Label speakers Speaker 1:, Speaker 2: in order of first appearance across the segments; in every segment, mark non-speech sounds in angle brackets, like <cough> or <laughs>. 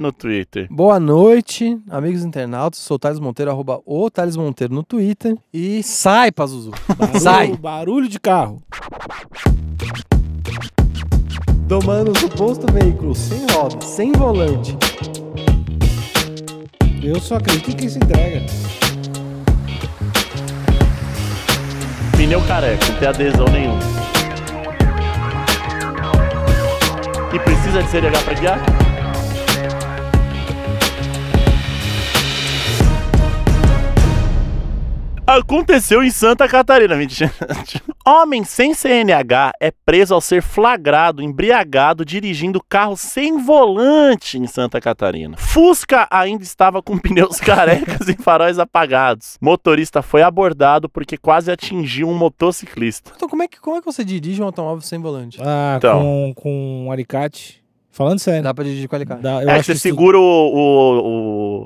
Speaker 1: no Twitter.
Speaker 2: Boa noite, amigos internautas. Sou o Thales Monteiro, arroba o Thales Monteiro no Twitter. E sai, Pazuzu. Sai.
Speaker 3: Barulho de carro.
Speaker 2: Tomando o suposto veículo sem roda, sem volante.
Speaker 3: Eu só acredito em quem se entrega.
Speaker 1: Pneu careca, não tem adesão nenhum. E precisa de CNH pra guiar? Aconteceu em Santa Catarina, mentira. Homem sem CNH é preso ao ser flagrado embriagado dirigindo carro sem volante em Santa Catarina. Fusca ainda estava com <laughs> pneus carecas e faróis apagados. Motorista foi abordado porque quase atingiu um motociclista.
Speaker 2: Então, como é, que, como é que você dirige um automóvel sem volante?
Speaker 3: Ah,
Speaker 1: Então.
Speaker 3: com, com um alicate. Falando sério.
Speaker 2: É. Dá pra dirigir com alicate.
Speaker 3: Dá- eu
Speaker 1: é
Speaker 3: acho
Speaker 1: que você
Speaker 3: isso-
Speaker 1: segura o, o-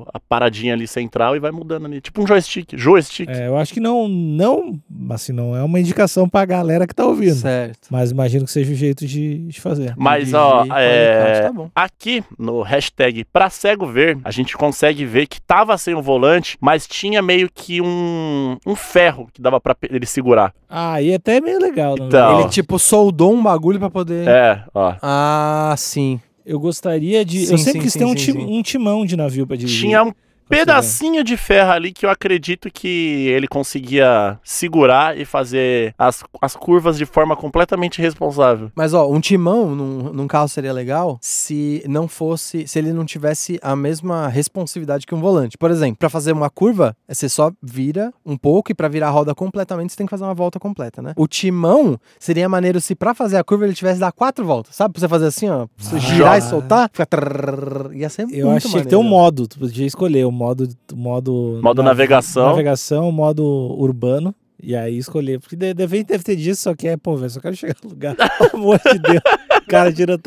Speaker 1: o- a paradinha ali central e vai mudando ali. Tipo um joystick. Joystick.
Speaker 3: É, eu acho que não, não, assim, não é uma indicação pra galera que tá ouvindo.
Speaker 2: Certo.
Speaker 3: Mas imagino que seja o jeito de, de fazer.
Speaker 1: Mas,
Speaker 2: Dirigir
Speaker 1: ó,
Speaker 2: com
Speaker 1: é,
Speaker 2: alicate, tá bom.
Speaker 1: Aqui no hashtag pra cego ver, a gente consegue ver que tava sem o volante, mas tinha meio que um, um ferro que dava pra pe- ele segurar.
Speaker 3: Ah, e até é meio legal. na
Speaker 1: Então.
Speaker 3: verdade.
Speaker 1: ó.
Speaker 2: Ele, tipo, soldou um bagulho pra poder...
Speaker 1: É, ó.
Speaker 2: Ah, sim.
Speaker 3: Eu gostaria de. eu
Speaker 2: Sim,
Speaker 3: sempre
Speaker 2: sim,
Speaker 3: quis
Speaker 2: sim,
Speaker 3: ter um,
Speaker 2: sim,
Speaker 3: ti-
Speaker 2: sim.
Speaker 3: um timão de navio pra dirigir.
Speaker 1: Tinha um pedacinho de ferro ali que eu acredito que ele conseguia segurar e fazer as, as curvas de forma completamente responsável.
Speaker 2: Mas, ó, um timão num, num carro seria legal se não fosse, se ele não tivesse a mesma responsividade que um volante. Por exemplo, pra fazer uma curva, você só vira um pouco e pra virar a roda completamente, você tem que fazer uma volta completa, né? O timão seria maneiro se pra fazer a curva ele tivesse que dar quatro voltas, sabe? Pra você fazer assim, ó, pra você
Speaker 3: Ah.
Speaker 2: girar e soltar, fica trrr, ia ser
Speaker 3: Eu
Speaker 2: muito
Speaker 3: acho que tinha que ter um
Speaker 2: maneiro.
Speaker 3: modo. Tu podia escolher o modo. Modo,
Speaker 1: Modo
Speaker 3: nav-
Speaker 1: navegação.
Speaker 3: Navegação, modo urbano. E aí escolher. Porque de- deve, deve ter disso, só que é, pô, velho, só quero chegar no lugar. <laughs> Pelo amor de Deus. O cara tira.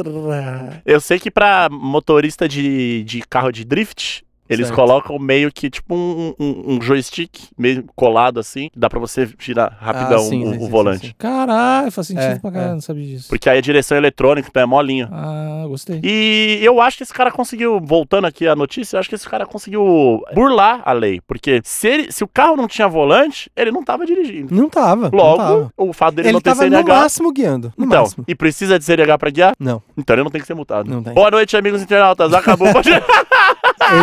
Speaker 1: Eu sei que pra motorista de, de carro de drift. Eles
Speaker 2: Certo.
Speaker 1: colocam meio que tipo um, um- um joystick meio colado assim, que dá pra você girar rapidão
Speaker 2: Ah, sim,
Speaker 1: o,
Speaker 2: sim,
Speaker 1: o
Speaker 2: sim, sim,
Speaker 1: volante.
Speaker 2: sim.
Speaker 3: Caralho, faz sentido
Speaker 2: É,
Speaker 3: pra caralho,
Speaker 2: é.
Speaker 3: não sabia disso.
Speaker 1: Porque aí a direção é eletrônica, então é molinho.
Speaker 3: Ah, gostei.
Speaker 1: E eu acho que esse cara conseguiu, voltando aqui à notícia, eu acho que esse cara conseguiu burlar a lei. Porque se, ele- se o carro não tinha volante, ele não tava dirigindo.
Speaker 2: Não tava. não
Speaker 1: Logo,
Speaker 2: tava.
Speaker 1: o fato dele
Speaker 2: Ele,
Speaker 1: não ter
Speaker 2: tava no
Speaker 1: CNH.
Speaker 2: máximo guiando. No
Speaker 1: então,
Speaker 2: máximo.
Speaker 1: e precisa de CNH pra guiar?
Speaker 2: Não.
Speaker 1: Então ele não tem que ser multado.
Speaker 2: Não tem.
Speaker 1: Boa noite, amigos internautas. Acabou.
Speaker 2: <laughs>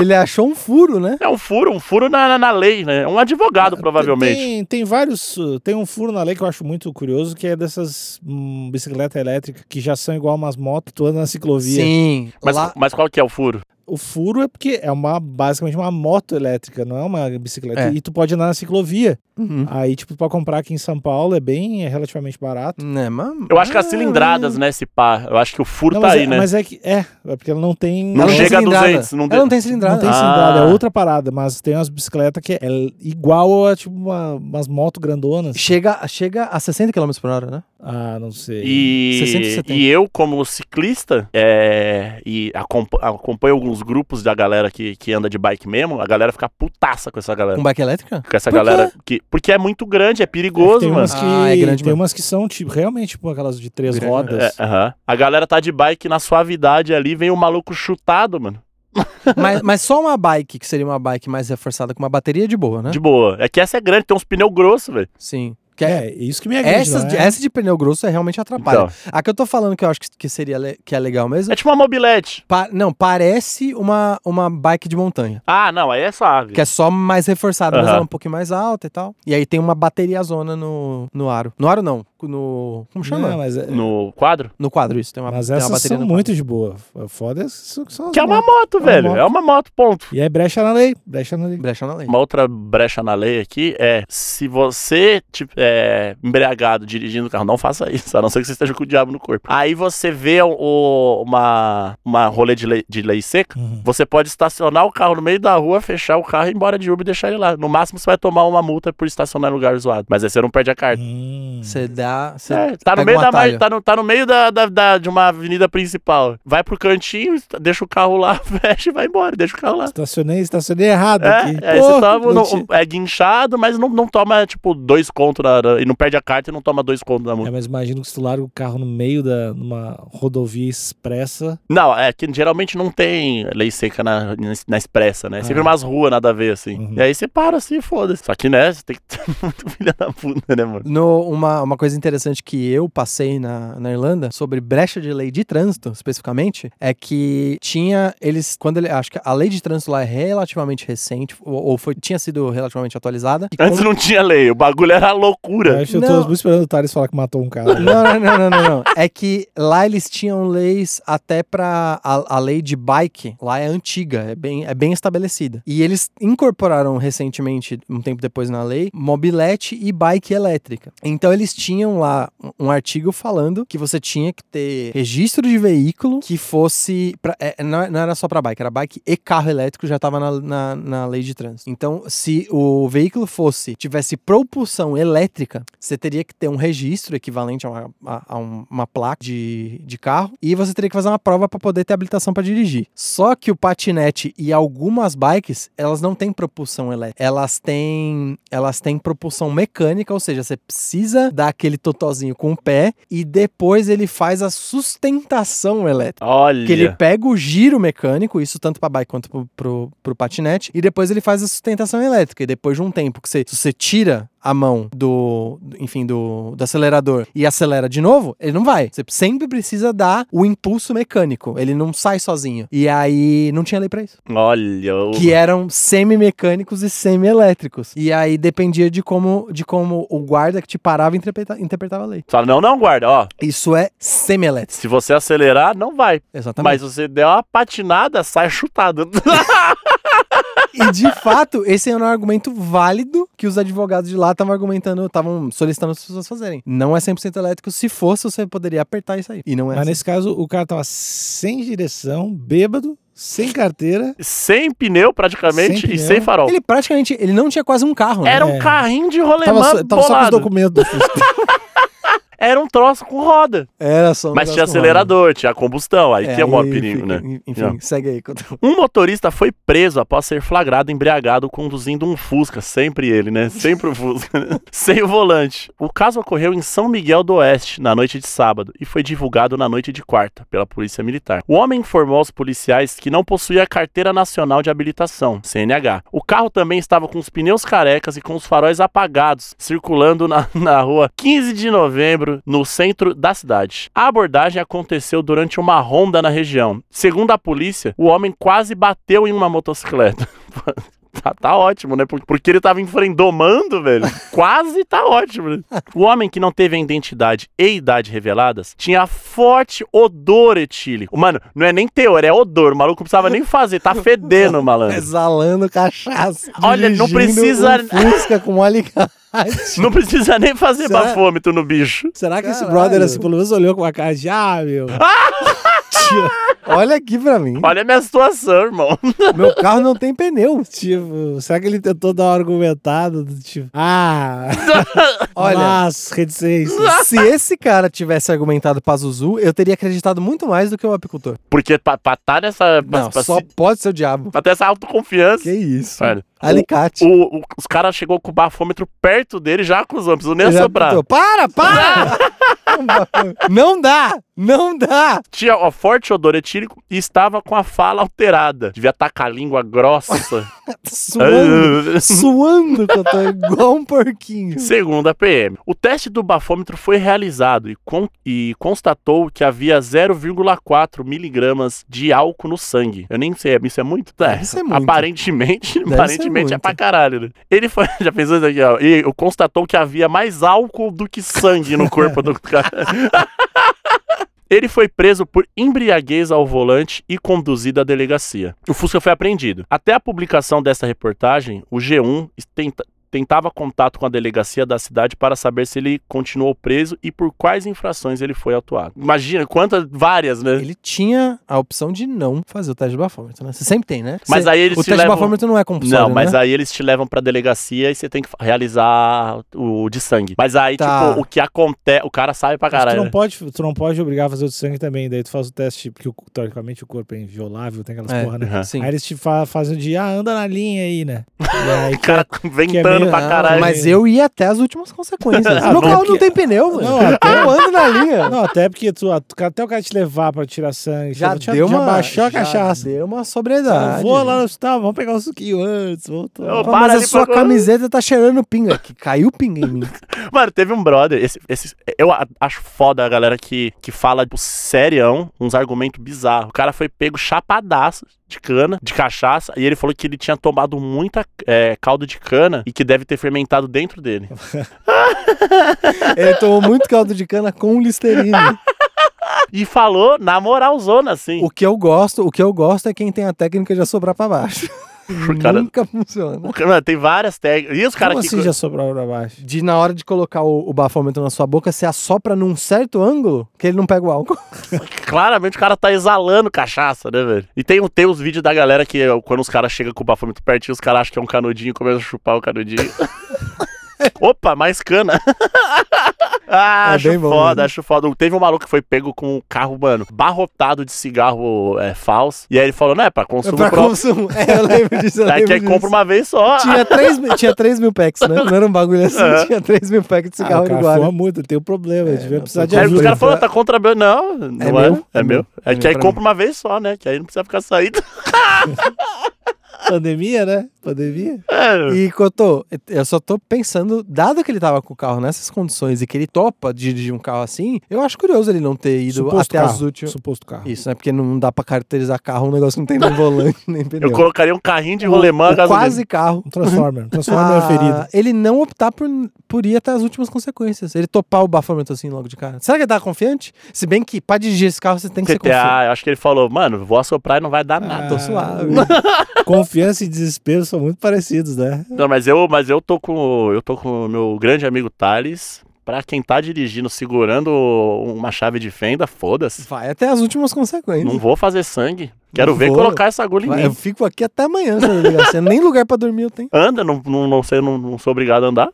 Speaker 2: Ele achou um furo, né?
Speaker 1: é um furo, um furo na, na- na lei, né? Um advogado, provavelmente.
Speaker 3: Ah, Tem, tem vários. uh, Tem um furo na lei que eu acho muito curioso, que é dessas hum, bicicleta elétrica que já são igual umas motos, tu anda na ciclovia.
Speaker 2: Sim.
Speaker 1: Mas,
Speaker 2: lá,
Speaker 1: mas qual que é o furo?
Speaker 3: O furo é porque é uma basicamente uma moto elétrica, não é uma bicicleta.
Speaker 2: É.
Speaker 3: E tu pode andar na ciclovia.
Speaker 2: Uhum.
Speaker 3: Aí, tipo, pra comprar aqui em São Paulo é bem é relativamente barato.
Speaker 2: Né, mas...
Speaker 1: Eu acho que as
Speaker 2: Ah,
Speaker 1: cilindradas, né, esse pá. Eu acho que o furo
Speaker 3: Não,
Speaker 1: tá
Speaker 3: mas,
Speaker 1: aí,
Speaker 3: é,
Speaker 1: né?
Speaker 3: mas é que. É, é porque ela não tem.
Speaker 1: Não
Speaker 3: ela
Speaker 1: chega a
Speaker 2: tem cilindrada.
Speaker 1: 200, não deu.
Speaker 2: Ela não tem
Speaker 3: Não,
Speaker 2: cilindrada.
Speaker 3: tem
Speaker 1: Ah.
Speaker 3: cilindrada, é outra parada, mas tem umas bicicletas que é igual a tipo uma- umas motos grandonas.
Speaker 2: Chega, chega a 60 km por hora, né?
Speaker 3: Ah, não sei.
Speaker 1: E,
Speaker 2: 60 e 70.
Speaker 1: e eu, como ciclista, é, e acompa- acompanho alguns grupos da galera que, que anda de bike mesmo, a galera fica putaça com essa
Speaker 3: É.
Speaker 1: galera.
Speaker 2: Com bike elétrica?
Speaker 1: Com essa
Speaker 3: Por quê?
Speaker 1: galera. Que, porque é muito grande, é
Speaker 3: É que
Speaker 1: perigoso,
Speaker 3: tem
Speaker 1: mano.
Speaker 3: umas que,
Speaker 2: Ah, é grande
Speaker 3: tem
Speaker 2: mesmo.
Speaker 3: umas que são tipo, realmente tipo aquelas de três
Speaker 2: Grande, né?
Speaker 3: rodas.
Speaker 1: É, aham. A galera tá de bike na suavidade ali, vem o maluco chutado, mano.
Speaker 2: <laughs> mas, mas só uma bike, que seria uma bike mais reforçada com uma bateria de boa, né?
Speaker 1: De boa. É que essa é grande, tem uns pneus grossos, velho.
Speaker 2: Sim. Que é-
Speaker 3: É, isso que me agride,
Speaker 2: essas,
Speaker 3: não
Speaker 2: de-
Speaker 3: é?
Speaker 2: Essa de pneu grosso é realmente atrapalha.
Speaker 1: Então,
Speaker 2: A que eu tô falando que eu acho que, que seria le- que é legal mesmo.
Speaker 1: é tipo uma mobilete.
Speaker 2: pa- não, parece uma, uma bike de montanha.
Speaker 1: Ah, não, aí é suave.
Speaker 2: Que é só mais reforçada, mas
Speaker 1: Aham.
Speaker 2: ela é um pouquinho mais alta e tal. E aí tem uma bateria zona no, no aro. No aro não, no como chama?
Speaker 3: Não, mas, é-
Speaker 1: No quadro.
Speaker 2: No quadro isso, tem uma,
Speaker 3: mas
Speaker 2: tem uma
Speaker 3: essas
Speaker 2: bateria
Speaker 3: são
Speaker 2: no
Speaker 3: muito de boa. O Foda é isso que são as
Speaker 1: Que é uma
Speaker 3: motos.
Speaker 1: moto,
Speaker 3: uma
Speaker 1: velho.
Speaker 3: moto.
Speaker 1: É uma moto, ponto.
Speaker 3: E aí, brecha na lei. Brecha na lei.
Speaker 2: quadro. brecha na lei.
Speaker 1: Uma outra brecha na lei aqui é: se você tiver embriagado dirigindo o carro, não faça isso, a não ser que você esteja com o diabo no corpo. Aí você vê o- uma, uma rolê de lei, de lei seca,
Speaker 3: Uhum.
Speaker 1: você pode estacionar o carro no meio da rua, fechar o carro e ir embora de Uber e deixar ele lá. No máximo você vai tomar uma multa por estacionar em lugar zoado. Mas aí você não perde a carta.
Speaker 3: Hum.
Speaker 2: Você dá, você
Speaker 1: É, tá, no
Speaker 2: pega
Speaker 1: meio
Speaker 2: um
Speaker 1: da, mar-
Speaker 2: atalho.
Speaker 1: tá, no, tá no meio da, da- da- de uma avenida principal. Vai pro cantinho, <laughs> deixa o carro lá, <laughs> fecha e vai embora, deixa o carro lá.
Speaker 3: Estacionei, estacionei errado aqui.
Speaker 1: É, é,
Speaker 3: Pô,
Speaker 1: você toma,
Speaker 3: não
Speaker 1: não-
Speaker 3: tinha-
Speaker 1: é guinchado, mas não, não toma, tipo, dois contos na, na- e não perde a carta e não toma dois contos na
Speaker 3: É,
Speaker 1: multa.
Speaker 3: mas imagino que se tu larga o carro no meio da numa rodovia expressa.
Speaker 1: Não, é que geralmente não tem lei seca na, na, na expressa, né? É Sempre
Speaker 3: Ah.
Speaker 1: umas ruas nada a ver, assim.
Speaker 3: Uhum.
Speaker 1: E aí você para assim, foda-se. Só que, né, você tem que <laughs> ter muito filha da puta, né, mano?
Speaker 2: No, uma, uma coisa interessante que eu passei na, na Irlanda sobre brecha de lei de trânsito, especificamente, é que tinha eles. Quando ele. Acho que a lei de trânsito lá é relativamente recente, ou, ou foi, tinha sido relativamente atualizada. E
Speaker 1: Antes
Speaker 2: como-
Speaker 1: não tinha lei, o bagulho era loucura.
Speaker 3: Eu acho que eu
Speaker 2: Não.
Speaker 3: tô muito esperando o Thales falar que matou um cara.
Speaker 2: não, não, não, não, não, não. É que lá eles tinham leis até pra. A, a lei de bike lá é antiga, é bem, é bem estabelecida. E eles incorporaram recentemente, um tempo depois na lei, mobilete e bike elétrica. Então eles tinham lá um- um artigo falando que você tinha que ter registro de veículo que fosse. pra- é, não, não era só pra bike, era bike e carro elétrico já tava na, na, na lei de trânsito. Então, se o veículo fosse, tivesse propulsão elétrica, você teria que ter um registro equivalente a uma, a- a um- uma placa de, de carro e você teria que fazer uma prova para poder ter habilitação para dirigir. Só que o patinete e algumas bikes, elas não têm propulsão elétrica. Elas têm, elas têm propulsão mecânica, ou seja, você precisa dar aquele totozinho com o pé e depois ele faz a sustentação elétrica.
Speaker 1: Olha.
Speaker 2: Que ele pega o giro mecânico, isso tanto pra bike quanto pro, pro, pro patinete, e depois ele faz a sustentação elétrica. E depois de um tempo que você, se você tira a mão do, do- enfim, do, do acelerador e acelera de novo, ele não vai. Você sempre precisa dar o impulso mecânico. Ele não sai sozinho. E aí não tinha lei pra isso.
Speaker 1: Olha. o-
Speaker 2: Que é eram semi-mecânicos e semi-elétricos. E aí dependia de como, de como o guarda que te parava interpreta- interpretava a lei.
Speaker 1: Fala, não, não, guarda, ó.
Speaker 2: Isso é semi-elétrico.
Speaker 1: Se você acelerar, não vai. Mas
Speaker 2: Exatamente.
Speaker 1: se você der uma patinada, sai <laughs> chutado.
Speaker 2: E de fato, esse era um argumento válido que os advogados de lá estavam argumentando, estavam solicitando as pessoas fazerem. Não é 100% elétrico, se fosse, você poderia apertar isso aí. E não é.
Speaker 3: Mas nesse
Speaker 1: assim.
Speaker 3: caso, o cara tava sem direção, bêbado, sem carteira.
Speaker 1: sem pneu, praticamente,
Speaker 3: Sem
Speaker 1: e
Speaker 3: pneu.
Speaker 1: sem farol.
Speaker 2: Ele praticamente, ele não tinha quase um carro, né?
Speaker 1: Era um
Speaker 3: É.
Speaker 1: carrinho de rolemã
Speaker 3: Tava, só, tava só com os
Speaker 1: bolado.
Speaker 3: documentos. do Fusca.
Speaker 1: Era um troço com roda.
Speaker 2: Era só um
Speaker 1: Mas
Speaker 2: negócio
Speaker 1: tinha
Speaker 2: com roda.
Speaker 1: acelerador, tinha combustão, aí
Speaker 2: É,
Speaker 1: que é o maior
Speaker 2: aí
Speaker 1: perigo,
Speaker 2: fica-
Speaker 1: né?
Speaker 2: Enfim,
Speaker 1: Não.
Speaker 2: segue aí. Couto.
Speaker 1: Um motorista foi preso após ser flagrado embriagado conduzindo um Fusca, sempre ele, né? Sempre o Fusca, né? sem o volante. O caso ocorreu em São Miguel do Oeste, na noite de sábado, e foi divulgado na noite de quarta pela Polícia Militar. O homem informou aos policiais que não possuía carteira nacional de habilitação, CNH. O carro também estava com os pneus carecas e com os faróis apagados, circulando na, <laughs> na rua 15 de novembro, no centro da cidade. A abordagem aconteceu durante uma ronda na região. Segundo a polícia, o homem quase bateu em uma motocicleta. <laughs> Tá, tá ótimo, né? Por- Porque ele tava enfrendomando, velho. Quase tá ótimo, né? O homem que não teve a identidade e idade reveladas tinha forte odor etílico. Mano, não é nem teor, é odor. O maluco não precisava nem fazer, tá fedendo, malandro.
Speaker 2: Exalando cachaça.
Speaker 1: Olha, não
Speaker 2: dirigindo
Speaker 1: precisa-
Speaker 2: Um Fusca com
Speaker 1: <laughs>
Speaker 2: um alicate.
Speaker 1: Não precisa nem fazer
Speaker 2: Será?
Speaker 1: bafômetro no bicho.
Speaker 3: Será que esse
Speaker 2: Caralho.
Speaker 3: brother, assim, pelo menos olhou com uma cara de, ah, meu.
Speaker 2: Olha aqui pra mim.
Speaker 1: Olha a minha situação, irmão. <laughs>
Speaker 2: Meu carro não tem pneu.
Speaker 3: Tipo, será que ele tentou dar uma argumentada do tipo, ah,
Speaker 2: Olha.
Speaker 3: mas, reticência.
Speaker 2: Se esse cara tivesse argumentado pra Zuzu, eu teria acreditado muito mais do que o apicultor.
Speaker 1: Porque pra, pra tá nessa. Pra,
Speaker 2: Não,
Speaker 1: pra
Speaker 2: só
Speaker 1: se-
Speaker 2: pode ser o diabo.
Speaker 1: pra ter essa autoconfiança.
Speaker 2: Que isso.
Speaker 1: Olha,
Speaker 2: Alicate.
Speaker 1: o- o- os caras chegou com o bafômetro perto dele já acusou, não precisou nem
Speaker 2: Ele já
Speaker 1: assoprar. <laughs>
Speaker 2: apitou. Para, para! Não dá. Não dá! Tá
Speaker 1: Tinha ó, forte odor etílico e estava com a fala alterada. Devia estar com a língua grossa. Ah.
Speaker 2: Tá
Speaker 1: <laughs>
Speaker 2: Suando, Tá suando que eu tô igual um porquinho.
Speaker 1: Segundo a PM, o teste do bafômetro foi realizado e, con- e constatou que havia 0,4 miligramas de álcool no sangue. Eu nem sei, isso é muito? É,
Speaker 2: Deve ser muito.
Speaker 1: Aparentemente,
Speaker 2: ser
Speaker 1: aparentemente é
Speaker 2: muito.
Speaker 1: pra caralho. né? Ele foi, <laughs> já pensou isso aqui, ó, e constatou que havia mais álcool do que sangue no corpo
Speaker 2: <laughs>
Speaker 1: do cara. <laughs> Ele foi preso por embriaguez ao volante e conduzido à delegacia. O Fusca foi apreendido. Até a publicação dessa reportagem, o G1 tenta- tentava contato com a delegacia da cidade para saber se ele continuou preso e por quais infrações ele foi atuado. Imagina quantas, várias, né?
Speaker 2: Ele tinha a opção de não fazer o teste de bafômetro, né? Você sempre tem, né?
Speaker 1: Mas
Speaker 2: Você-
Speaker 1: aí eles
Speaker 2: O
Speaker 1: te
Speaker 2: teste de
Speaker 1: levam-
Speaker 2: bafômetro não é compulsório,
Speaker 1: Não, mas
Speaker 2: né?
Speaker 1: aí eles te levam pra delegacia e você tem que fa- realizar o de sangue. Mas aí,
Speaker 2: Tá.
Speaker 1: tipo, o que acontece, o cara sabe pra
Speaker 3: Mas Tu
Speaker 1: caralho. né?
Speaker 3: não, pode, tu não pode obrigar a fazer o de sangue também, daí tu faz o teste, porque o- teoricamente o corpo é inviolável, tem aquelas
Speaker 2: É,
Speaker 3: porra, né?
Speaker 1: Uhum.
Speaker 2: Sim.
Speaker 3: Aí eles te fa- fazem de, ah, anda na linha aí, né? E aí
Speaker 2: <laughs>
Speaker 1: O cara <laughs> ventando
Speaker 3: meio-
Speaker 1: é pra
Speaker 2: Ah,
Speaker 1: caralho.
Speaker 2: mas eu ia até as últimas
Speaker 1: <laughs>
Speaker 2: consequências.
Speaker 3: Ah,
Speaker 2: Meu
Speaker 3: não,
Speaker 2: carro
Speaker 3: que-
Speaker 2: não tem pneu, mano.
Speaker 3: Não, até-
Speaker 2: eu ando na linha.
Speaker 3: Não, até porque tu, até o cara te levar pra tirar sangue,
Speaker 2: já
Speaker 3: te-
Speaker 2: deu
Speaker 3: já
Speaker 2: uma.
Speaker 3: baixou a
Speaker 2: já
Speaker 3: cachaça.
Speaker 2: Deu né? uma sobriedade.
Speaker 3: Eu vou lá no hospital, vamos pegar um suquinho antes, voltou.
Speaker 1: Eu-
Speaker 2: Ah,
Speaker 1: Para
Speaker 2: Mas a
Speaker 1: ali
Speaker 2: sua
Speaker 1: pra-
Speaker 2: camiseta tá cheirando pinga. Que caiu pinga em mim.
Speaker 1: Mano, teve um brother. Esse, esse- eu a- acho foda a galera que, que fala, tipo, serião, uns argumentos bizarros. O cara foi pego chapadaço de cana, de cachaça, e ele falou que ele tinha tomado muita é, caldo de cana e que deve ter fermentado dentro
Speaker 3: <laughs>
Speaker 1: dele.
Speaker 2: Ele tomou muito caldo de cana com listerina.
Speaker 1: E falou na moralzona, assim.
Speaker 2: O que eu gosto, o que eu gosto é quem tem a técnica de sobrar pra baixo.
Speaker 1: cara-
Speaker 2: Nunca funciona.
Speaker 1: O cara- mano, tem várias técnicas. E os caras
Speaker 3: Hum? Como
Speaker 1: que.
Speaker 3: assim já sobrou pra baixo?
Speaker 2: De na hora de colocar o, o bafômetro na sua boca, você assopra num certo ângulo que ele não pega o álcool.
Speaker 1: Claramente o cara tá exalando cachaça, né, velho? E tem, tem os vídeos da galera que ó, quando os caras chegam com o bafômetro pertinho, os caras acham que é um canudinho e começam a chupar o
Speaker 2: <laughs>
Speaker 1: canudinho. Opa, mais cana. <laughs> ah,
Speaker 2: É
Speaker 1: acho
Speaker 2: bem bom
Speaker 1: foda,
Speaker 2: mesmo.
Speaker 1: acho foda. Teve um maluco que foi pego com um carro, mano, barrotado de cigarro é, falso. E aí ele falou, não, é pra consumo
Speaker 2: pra
Speaker 1: próprio.
Speaker 2: consumo. É, eu lembro disso. Eu
Speaker 1: Daí
Speaker 2: lembro
Speaker 1: que aí
Speaker 2: disso.
Speaker 1: compra uma vez só.
Speaker 2: Tinha 3, tinha 3 mil packs, né? Não era um bagulho assim.
Speaker 1: É.
Speaker 2: Tinha 3 mil packs de
Speaker 3: Ah,
Speaker 2: cigarro
Speaker 3: o cara
Speaker 2: uruguaio.
Speaker 3: fuma muito, tem um problema, a gente vai precisar de
Speaker 1: <laughs> Aí os
Speaker 3: ajuda.
Speaker 1: caras falaram, tá contrabando. Não, não é.
Speaker 2: meu?
Speaker 1: É,
Speaker 2: É
Speaker 1: meu.
Speaker 2: meu.
Speaker 1: É
Speaker 2: É
Speaker 1: que
Speaker 2: meu
Speaker 1: aí
Speaker 2: pra
Speaker 1: compra uma vez só, né? Que aí não precisa ficar saindo. <laughs>
Speaker 3: Pandemia, né? Pandemia.
Speaker 1: É.
Speaker 2: E Cotô, eu só tô pensando, dado que ele tava com o carro nessas condições e que ele topa dirigir um carro assim, eu acho curioso ele não ter ido até
Speaker 3: carro,
Speaker 2: as últimas.
Speaker 3: Suposto carro.
Speaker 2: Isso, né? Porque não dá pra caracterizar carro um negócio que não tem nem volante, <laughs> nem pneu.
Speaker 1: Eu colocaria um carrinho de rolemã a
Speaker 2: o
Speaker 1: gasolina.
Speaker 2: quase carro.
Speaker 3: Um Transformer. Um Transformer
Speaker 2: Ah,
Speaker 3: ferido.
Speaker 2: Ele não optar por, por ir até as últimas consequências. Ele topar o bafômetro assim logo de cara. Será que ele tá confiante? Se bem que pra dirigir esse carro você tem que ser confiante.
Speaker 1: CTA, eu acho que ele falou, mano, vou assoprar e não vai dar nada.
Speaker 2: Tô suave.
Speaker 3: tá. Confiança e desespero são muito parecidos, né?
Speaker 1: Não, mas eu, mas eu tô com. o- Eu tô com o meu grande amigo Thales. Pra quem tá dirigindo, segurando uma chave de fenda, foda-se.
Speaker 2: Vai até as últimas consequências.
Speaker 1: Não vou fazer sangue. Quero
Speaker 2: Não
Speaker 1: ver
Speaker 2: vou.
Speaker 1: colocar essa agulha em
Speaker 2: Vai,
Speaker 1: mim.
Speaker 2: eu fico aqui até amanhã, se eu ligar. Você Nem lugar pra dormir eu tenho.
Speaker 1: Anda, não, não, não sei, não, não sou obrigado a andar.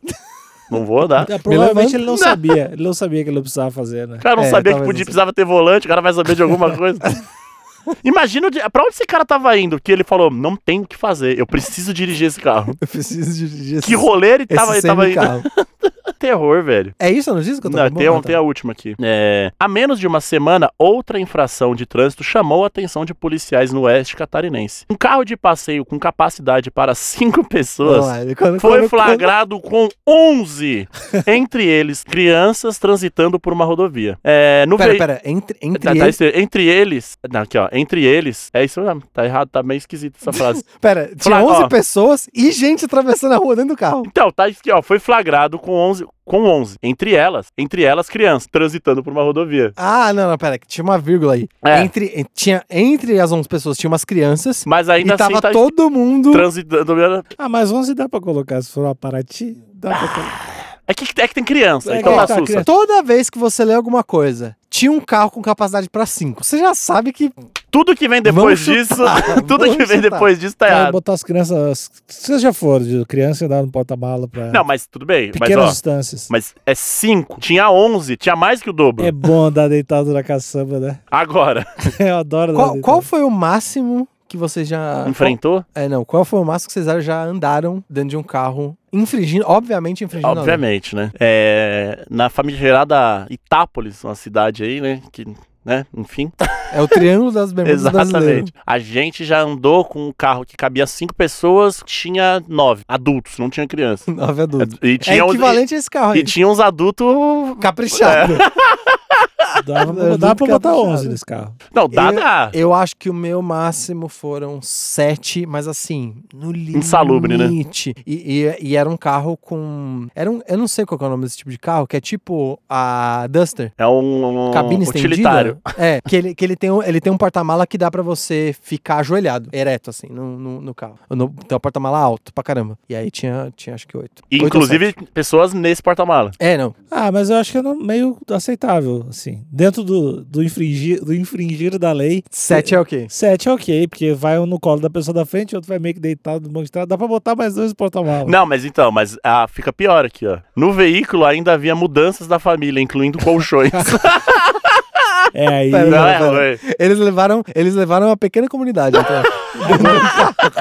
Speaker 1: não vou
Speaker 2: <laughs>
Speaker 1: andar.
Speaker 3: Ah, Provavelmente <laughs>
Speaker 2: levanta.
Speaker 3: ele não sabia. Ele não sabia que ele precisava fazer, né?
Speaker 1: O cara não
Speaker 2: É,
Speaker 1: sabia que
Speaker 2: talvez
Speaker 1: podia,
Speaker 2: não.
Speaker 1: precisava ter volante, o cara vai saber de alguma
Speaker 2: <laughs>
Speaker 1: coisa. Imagina de- pra onde esse cara tava indo, que ele falou, não tem o que fazer, eu preciso dirigir esse carro.
Speaker 2: Eu preciso dirigir esse,
Speaker 1: Que rolê ele
Speaker 2: esse
Speaker 1: tava, ele tava indo.
Speaker 2: semicarro.
Speaker 1: Terror, velho.
Speaker 2: É isso a notícia que eu tô
Speaker 1: Não,
Speaker 2: com?
Speaker 1: tem,
Speaker 2: Bom,
Speaker 1: um-
Speaker 2: tá.
Speaker 1: tem a última aqui. É, há menos de uma semana, outra infração de trânsito chamou a atenção de policiais no oeste catarinense. Um carro de passeio com capacidade para cinco <laughs> pessoas
Speaker 2: Vamos lá, ele- quando-
Speaker 1: foi
Speaker 2: quando-
Speaker 1: flagrado com
Speaker 2: <laughs>
Speaker 1: 11, entre eles crianças transitando por uma rodovia. É, no
Speaker 2: quando- Pera,
Speaker 1: vei-
Speaker 2: pera, entre, entre
Speaker 1: Tá- tá
Speaker 2: eles.
Speaker 1: esse- entre eles. Não, aqui, ó. Entre eles. É isso mesmo. Tá errado, tá meio esquisito essa
Speaker 2: <laughs>
Speaker 1: frase.
Speaker 2: Pera, tinha
Speaker 1: Fla-
Speaker 2: 11
Speaker 1: ó.
Speaker 2: pessoas e gente atravessando a rua dentro do carro.
Speaker 1: Então, tá aqui, ó. Foi flagrado com 11. Com 11. Entre elas. Entre elas, crianças transitando por uma rodovia.
Speaker 2: Ah, não, não, pera, que tinha uma vírgula aí.
Speaker 1: É.
Speaker 2: Entre, tinha, entre as 11 pessoas tinha umas crianças
Speaker 1: Mas ainda
Speaker 2: e tava
Speaker 1: assim tá
Speaker 2: todo mundo.
Speaker 1: transitando.
Speaker 3: Ah, mas 11 dá pra colocar. Se for uma Paraty, dá pra colocar.
Speaker 1: É que, é que tem criança,
Speaker 3: É
Speaker 1: então
Speaker 3: que
Speaker 1: tá
Speaker 3: tá
Speaker 1: sussa.
Speaker 3: criança.
Speaker 2: Toda vez que você lê alguma coisa, tinha um carro com capacidade pra 5. Você já sabe que.
Speaker 1: Tudo que vem depois
Speaker 2: Vamos
Speaker 1: disso,
Speaker 2: chutar,
Speaker 1: tudo
Speaker 2: <laughs> vamos
Speaker 1: que vem
Speaker 2: chutar. É,
Speaker 1: depois disso tá
Speaker 3: Cara,
Speaker 1: errado.
Speaker 3: botar as crianças. as- Vocês já foram de criança e andar no porta-mala pra
Speaker 1: Não, mas tudo bem, mas
Speaker 3: pequenas
Speaker 1: ó,
Speaker 3: distâncias.
Speaker 1: mas é 5, tinha 11, tinha mais que o dobro.
Speaker 3: É bom andar deitado na caçamba, né? <laughs>
Speaker 1: Agora,
Speaker 3: Eu adoro andar
Speaker 2: Qual,
Speaker 3: deitado.
Speaker 2: qual foi o máximo que vocês já.
Speaker 1: enfrentou?
Speaker 2: É, não. Qual foi o máximo que vocês já andaram dentro de um carro, infringindo, obviamente infringindo a lei?
Speaker 1: Obviamente, né? É, na famigerada Itápolis, uma cidade aí, né, que né? Enfim.
Speaker 2: É o triângulo das
Speaker 1: <laughs>
Speaker 2: bermudas brasileiras.
Speaker 1: Exatamente. A gente já andou com um carro que cabia cinco pessoas, tinha nove adultos, não tinha criança.
Speaker 2: Nove adultos.
Speaker 1: E
Speaker 2: É
Speaker 1: tinha, uns-
Speaker 2: equivalente a esse carro
Speaker 1: e,
Speaker 2: aí.
Speaker 1: e tinha um- É. uns adultos.
Speaker 2: Caprichado.
Speaker 3: Dava pra,
Speaker 2: É,
Speaker 3: dava pra
Speaker 2: tudo
Speaker 3: botar
Speaker 2: caprichado.
Speaker 3: 11 nesse carro.
Speaker 1: Não, dá,
Speaker 2: Eu-
Speaker 1: dá.
Speaker 2: Eu acho que o meu máximo foram sete, mas assim, no limite.
Speaker 1: Insalubre, né?
Speaker 2: E, e- e era um carro com. Era um, eu não sei qual que é o nome desse tipo de carro, que é tipo a Duster.
Speaker 1: É um, um
Speaker 2: Cabine
Speaker 1: utilitário.
Speaker 2: estendida. É, que ele, que ele tem um, ele tem um porta-mala que dá pra você ficar ajoelhado, ereto, assim, no, no, no carro. No, tem um porta-mala alto pra caramba. E aí tinha, tinha acho que oito.
Speaker 1: E,
Speaker 2: Oito ou
Speaker 1: inclusive,
Speaker 2: sete.
Speaker 1: pessoas nesse porta-mala.
Speaker 2: É, não.
Speaker 3: Ah, mas eu acho que é no- meio aceitável, assim. Dentro do, do, infringir, do infringir da lei,
Speaker 2: Sete é o quê?
Speaker 3: 7 é ok, porque vai um no colo da pessoa da frente, outro vai meio que deitado no banco de trás. Dá pra botar mais dois no porta-malas.
Speaker 1: Não, mas então, mas ah, fica pior aqui, ó. No veículo ainda havia mudanças da família, incluindo
Speaker 2: <laughs>
Speaker 1: colchões.
Speaker 3: É aí.
Speaker 2: Pera,
Speaker 1: Não, é,
Speaker 2: pera.
Speaker 1: ué.
Speaker 2: Eles levaram, eles levaram uma pequena
Speaker 1: <laughs>
Speaker 2: comunidade. então.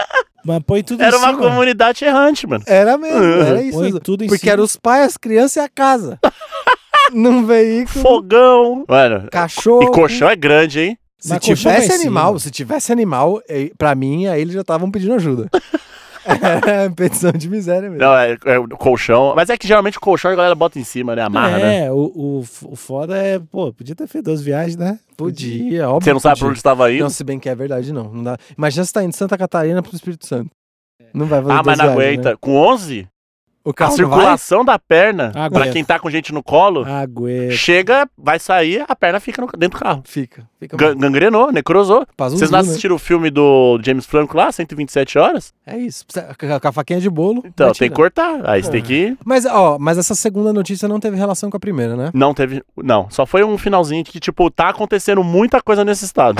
Speaker 3: Mas põe tudo
Speaker 1: é, Era
Speaker 3: em
Speaker 1: uma
Speaker 3: cima.
Speaker 1: comunidade errante, mano.
Speaker 2: Era mesmo,
Speaker 1: Uhum.
Speaker 2: era isso.
Speaker 3: Põe
Speaker 2: mesmo.
Speaker 3: tudo em
Speaker 2: Porque
Speaker 3: cima.
Speaker 2: eram os pais, as crianças e a casa.
Speaker 1: <laughs>
Speaker 2: Num veículo,
Speaker 1: Fogão. Mano,
Speaker 2: cachorro.
Speaker 1: e colchão é grande, hein?
Speaker 2: Se
Speaker 3: Mas colchão vai
Speaker 2: tivesse
Speaker 3: em cima.
Speaker 2: animal, se tivesse animal, eh, pra mim, aí eles já estavam pedindo ajuda. <laughs> é, petição de miséria mesmo.
Speaker 1: Não, é, é o colchão. Mas é que geralmente o colchão a galera bota em cima, né? Amarra, né?
Speaker 3: É, o, o, f- o foda é, pô, podia ter feito duas viagens, né?
Speaker 2: Podia, óbvio.
Speaker 1: Você não sabe pra onde
Speaker 2: podia.
Speaker 1: estava indo.
Speaker 2: Não, se bem que é verdade, não. não dá. Imagina você tá indo de Santa Catarina pro Espírito Santo. Não vai fazer
Speaker 1: Ah, mas
Speaker 2: duas
Speaker 1: não
Speaker 2: viagens,
Speaker 1: aguenta.
Speaker 2: né?
Speaker 1: Com 11,
Speaker 2: O
Speaker 1: a
Speaker 2: carro não vai? é.
Speaker 1: circulação da perna,
Speaker 3: Ah,
Speaker 1: pra
Speaker 3: aguenta.
Speaker 1: quem tá com gente no colo,
Speaker 3: Aguenta.
Speaker 1: chega, vai sair, a perna fica no- dentro do carro.
Speaker 2: Fica. Fica
Speaker 1: Gan- Gangrenou, necrosou.
Speaker 2: Faz um
Speaker 1: Vocês
Speaker 2: zoom,
Speaker 1: não
Speaker 2: né?
Speaker 1: assistiram o filme do James Franco lá, 127 horas?
Speaker 2: É isso. Precisa- Com a faquinha de bolo.
Speaker 1: Então,
Speaker 2: vai
Speaker 1: tem que
Speaker 2: tirando.
Speaker 1: cortar. Aí
Speaker 2: É.
Speaker 1: você tem que ir.
Speaker 2: Mas, ó, mas essa segunda notícia não teve relação com a primeira, né?
Speaker 1: Não teve. Não, só foi um finalzinho que, tipo, tá acontecendo muita coisa nesse
Speaker 2: <laughs>
Speaker 1: estado.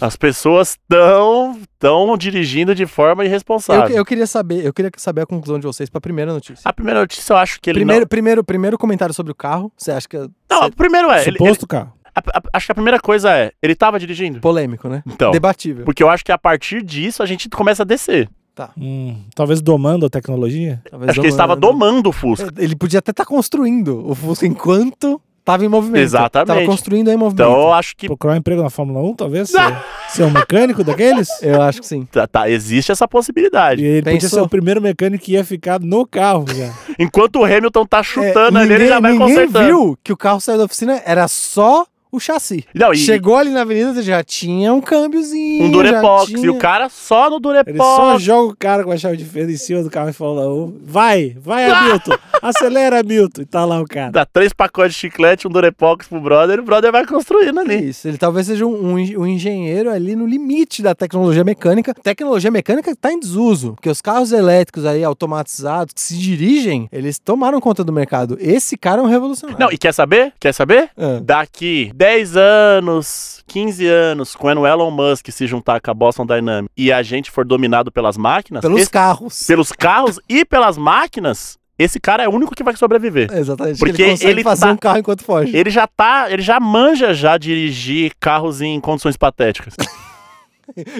Speaker 1: As pessoas estão tão dirigindo de forma
Speaker 2: Eu,
Speaker 1: irresponsável.
Speaker 2: eu queria saber, eu queria saber a conclusão de vocês pra primeira notícia.
Speaker 1: A primeira notícia eu acho que Ah, ele.
Speaker 2: primeiro, primeiro, primeiro comentário sobre o carro. Você acha que é
Speaker 1: não, não, primeiro é. ele-
Speaker 3: Suposto, carro.
Speaker 1: ele- a- a- acho que a primeira coisa é. Ele tava dirigindo?
Speaker 2: polêmico, né?
Speaker 1: Então.
Speaker 2: Debatível.
Speaker 1: Porque eu acho que a partir disso a gente começa a descer.
Speaker 3: Hum, talvez domando a tecnologia.
Speaker 2: Talvez
Speaker 1: acho que ele estava
Speaker 2: domando.
Speaker 1: domando o Fusca.
Speaker 2: Ele podia até estar construindo o Fusca enquanto tava em movimento.
Speaker 1: Exatamente.
Speaker 2: Tava construindo em movimento.
Speaker 1: Então eu acho que
Speaker 3: Procurar um emprego na Fórmula 1, talvez? Ser, ser um mecânico
Speaker 1: <laughs>
Speaker 3: daqueles?
Speaker 2: Eu acho que sim.
Speaker 1: tá- tá, existe essa
Speaker 3: E
Speaker 1: possibilidade.
Speaker 3: ele podia
Speaker 2: Pensou?
Speaker 3: ser o primeiro mecânico que ia ficar no carro já.
Speaker 1: Enquanto o Hamilton tá chutando
Speaker 2: É,
Speaker 1: ali, ele já vai
Speaker 2: ninguém
Speaker 1: consertando.
Speaker 2: viu que o carro saiu da oficina, era só o chassi.
Speaker 1: Não, e-
Speaker 2: Chegou ali na avenida, já tinha um câmbiozinho.
Speaker 1: Um
Speaker 2: já
Speaker 1: Durepox.
Speaker 2: tinha...
Speaker 1: E o cara só no
Speaker 3: Ele só
Speaker 1: Durepox.
Speaker 3: joga o cara com a chave de fenda em cima do carro e fala: "Ô, vai, vai, <laughs> Hamilton, acelera, Hamilton. E tá lá o cara.
Speaker 1: Dá três pacotes de chiclete, um Durepox pro brother, e o brother vai construindo
Speaker 2: É
Speaker 1: ali.
Speaker 2: Isso, ele talvez seja um, um en- um engenheiro ali no limite da tecnologia mecânica. Tecnologia mecânica está em desuso, porque os carros elétricos aí, automatizados, que se dirigem, eles tomaram conta do mercado. Esse cara é um revolucionário.
Speaker 1: Não, e quer saber? Quer saber?
Speaker 2: Ah.
Speaker 1: Daqui 10 anos, 15 anos, quando o Elon Musk se juntar com a Boston Dynamics e a gente for dominado pelas máquinas,
Speaker 2: Pelos
Speaker 1: esse-
Speaker 2: carros.
Speaker 1: pelos carros e pelas máquinas, esse cara é o único que vai sobreviver.
Speaker 2: Exatamente.
Speaker 1: Porque
Speaker 2: ele consegue
Speaker 1: ele
Speaker 2: fazer
Speaker 1: tá-
Speaker 2: um carro enquanto foge.
Speaker 1: Ele já tá, ele já manja já dirigir carros em condições patéticas.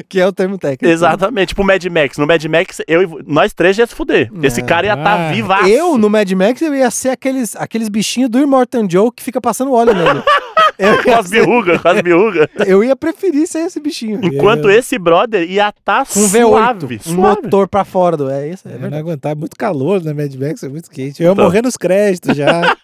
Speaker 2: Que é o termo técnico.
Speaker 1: Exatamente, tipo o Mad Max. No Mad Max, eu e vo- nós três ia se fuder. Esse cara ia estar
Speaker 3: Ah,
Speaker 1: tá vivaço.
Speaker 2: Eu, no Mad Max, eu ia ser aqueles, aqueles bichinhos do Immortan Joe que fica passando
Speaker 1: <laughs>
Speaker 2: óleo nele. Eu
Speaker 1: com
Speaker 2: ia,
Speaker 1: as birrugas, com as birrugas.
Speaker 2: eu ia preferir ser esse bichinho.
Speaker 1: Enquanto esse brother ia estar tá
Speaker 2: Com um
Speaker 1: suave,
Speaker 2: V8, um
Speaker 1: suave.
Speaker 2: motor pra fora do... É isso, é
Speaker 3: Eu
Speaker 2: verdade.
Speaker 3: não aguentar, é muito calor na Mad Max, é muito quente. Eu ia
Speaker 1: Então.
Speaker 3: morrer nos créditos <laughs> já.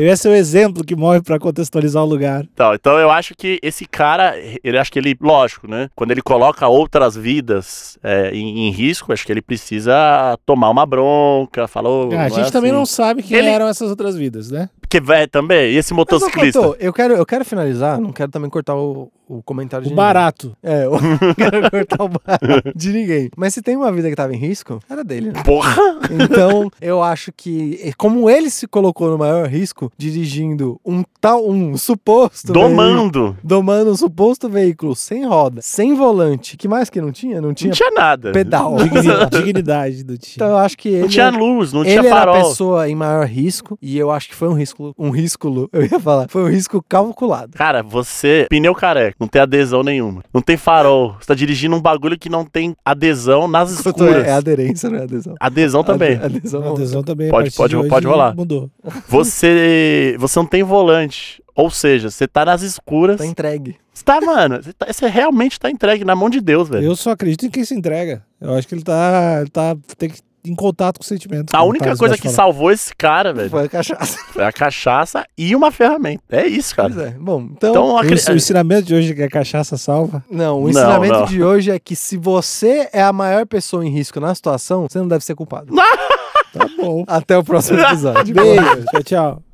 Speaker 3: Eu ia ser o exemplo que morre pra contextualizar o lugar.
Speaker 1: Então, então eu acho que esse cara, ele acho que ele, lógico, né? Quando ele coloca outras vidas é, em, em risco, acho que ele precisa tomar uma bronca, falou.
Speaker 3: Ah, a gente também
Speaker 1: assim."
Speaker 3: não sabe quem
Speaker 1: Ele-
Speaker 3: eram essas outras vidas, né?
Speaker 1: Porque velho é, também, e esse
Speaker 2: Mas, ô,
Speaker 1: motociclista.
Speaker 2: Cotô, eu quero, eu quero finalizar, não quero também cortar o, o comentário de
Speaker 3: O
Speaker 2: ninguém.
Speaker 3: barato.
Speaker 2: É, eu <laughs> quero cortar o barato de ninguém. Mas se tem uma vida que tava em risco, era dele, né?
Speaker 1: Porra!
Speaker 2: Então, eu acho que, como ele se colocou no maior risco, dirigindo um tal, um suposto... veículo-
Speaker 1: Domando.
Speaker 2: Domando um suposto veículo sem roda, sem volante, que mais que não tinha? Não
Speaker 1: Não
Speaker 2: tinha
Speaker 1: tinha nada.
Speaker 2: pedal.
Speaker 3: Digni- Dignidade do
Speaker 2: <laughs> Então,
Speaker 3: time.
Speaker 2: eu acho que ele...
Speaker 1: Não tinha luz, não
Speaker 2: Ele
Speaker 1: tinha
Speaker 2: era a
Speaker 1: farol.
Speaker 2: pessoa em maior risco, e eu acho que foi um risco, um risco, eu ia falar, foi um risco calculado.
Speaker 1: Cara, você. Pneu careca. Não tem adesão nenhuma. Não tem farol. Você tá dirigindo um bagulho que não tem adesão nas escuras.
Speaker 2: É aderência, não é adesão.
Speaker 1: Adesão
Speaker 2: <laughs>
Speaker 1: também.
Speaker 2: Ade- Adesão.
Speaker 3: A adesão também. a
Speaker 1: Pode-
Speaker 3: partir
Speaker 1: pode-
Speaker 3: de hoje,
Speaker 1: pode rolar.
Speaker 3: Mudou.
Speaker 1: Você você não tem volante. Ou seja, você tá nas escuras.
Speaker 2: Tá entregue.
Speaker 1: Você tá, mano, você, tá- você realmente tá entregue na mão de Deus, velho.
Speaker 3: Eu só acredito em quem se entrega. Eu acho que ele tá, ele tá tem que em contato com o sentimento.
Speaker 1: A única coisa que salvou esse cara, velho,
Speaker 2: Foi a cachaça.
Speaker 1: foi a cachaça e uma ferramenta. É isso,
Speaker 2: Pois
Speaker 1: cara.
Speaker 2: é. Bom, então.
Speaker 1: Então, eu acre-
Speaker 3: O, o ensinamento de hoje é que a cachaça salva.
Speaker 2: Não,
Speaker 1: Não,
Speaker 2: o ensinamento
Speaker 1: não.
Speaker 2: de hoje é que se você é a maior pessoa em risco na situação, você não deve ser culpado.
Speaker 3: Tá bom.
Speaker 2: Até o próximo episódio.
Speaker 3: Beijo. Tchau, tchau.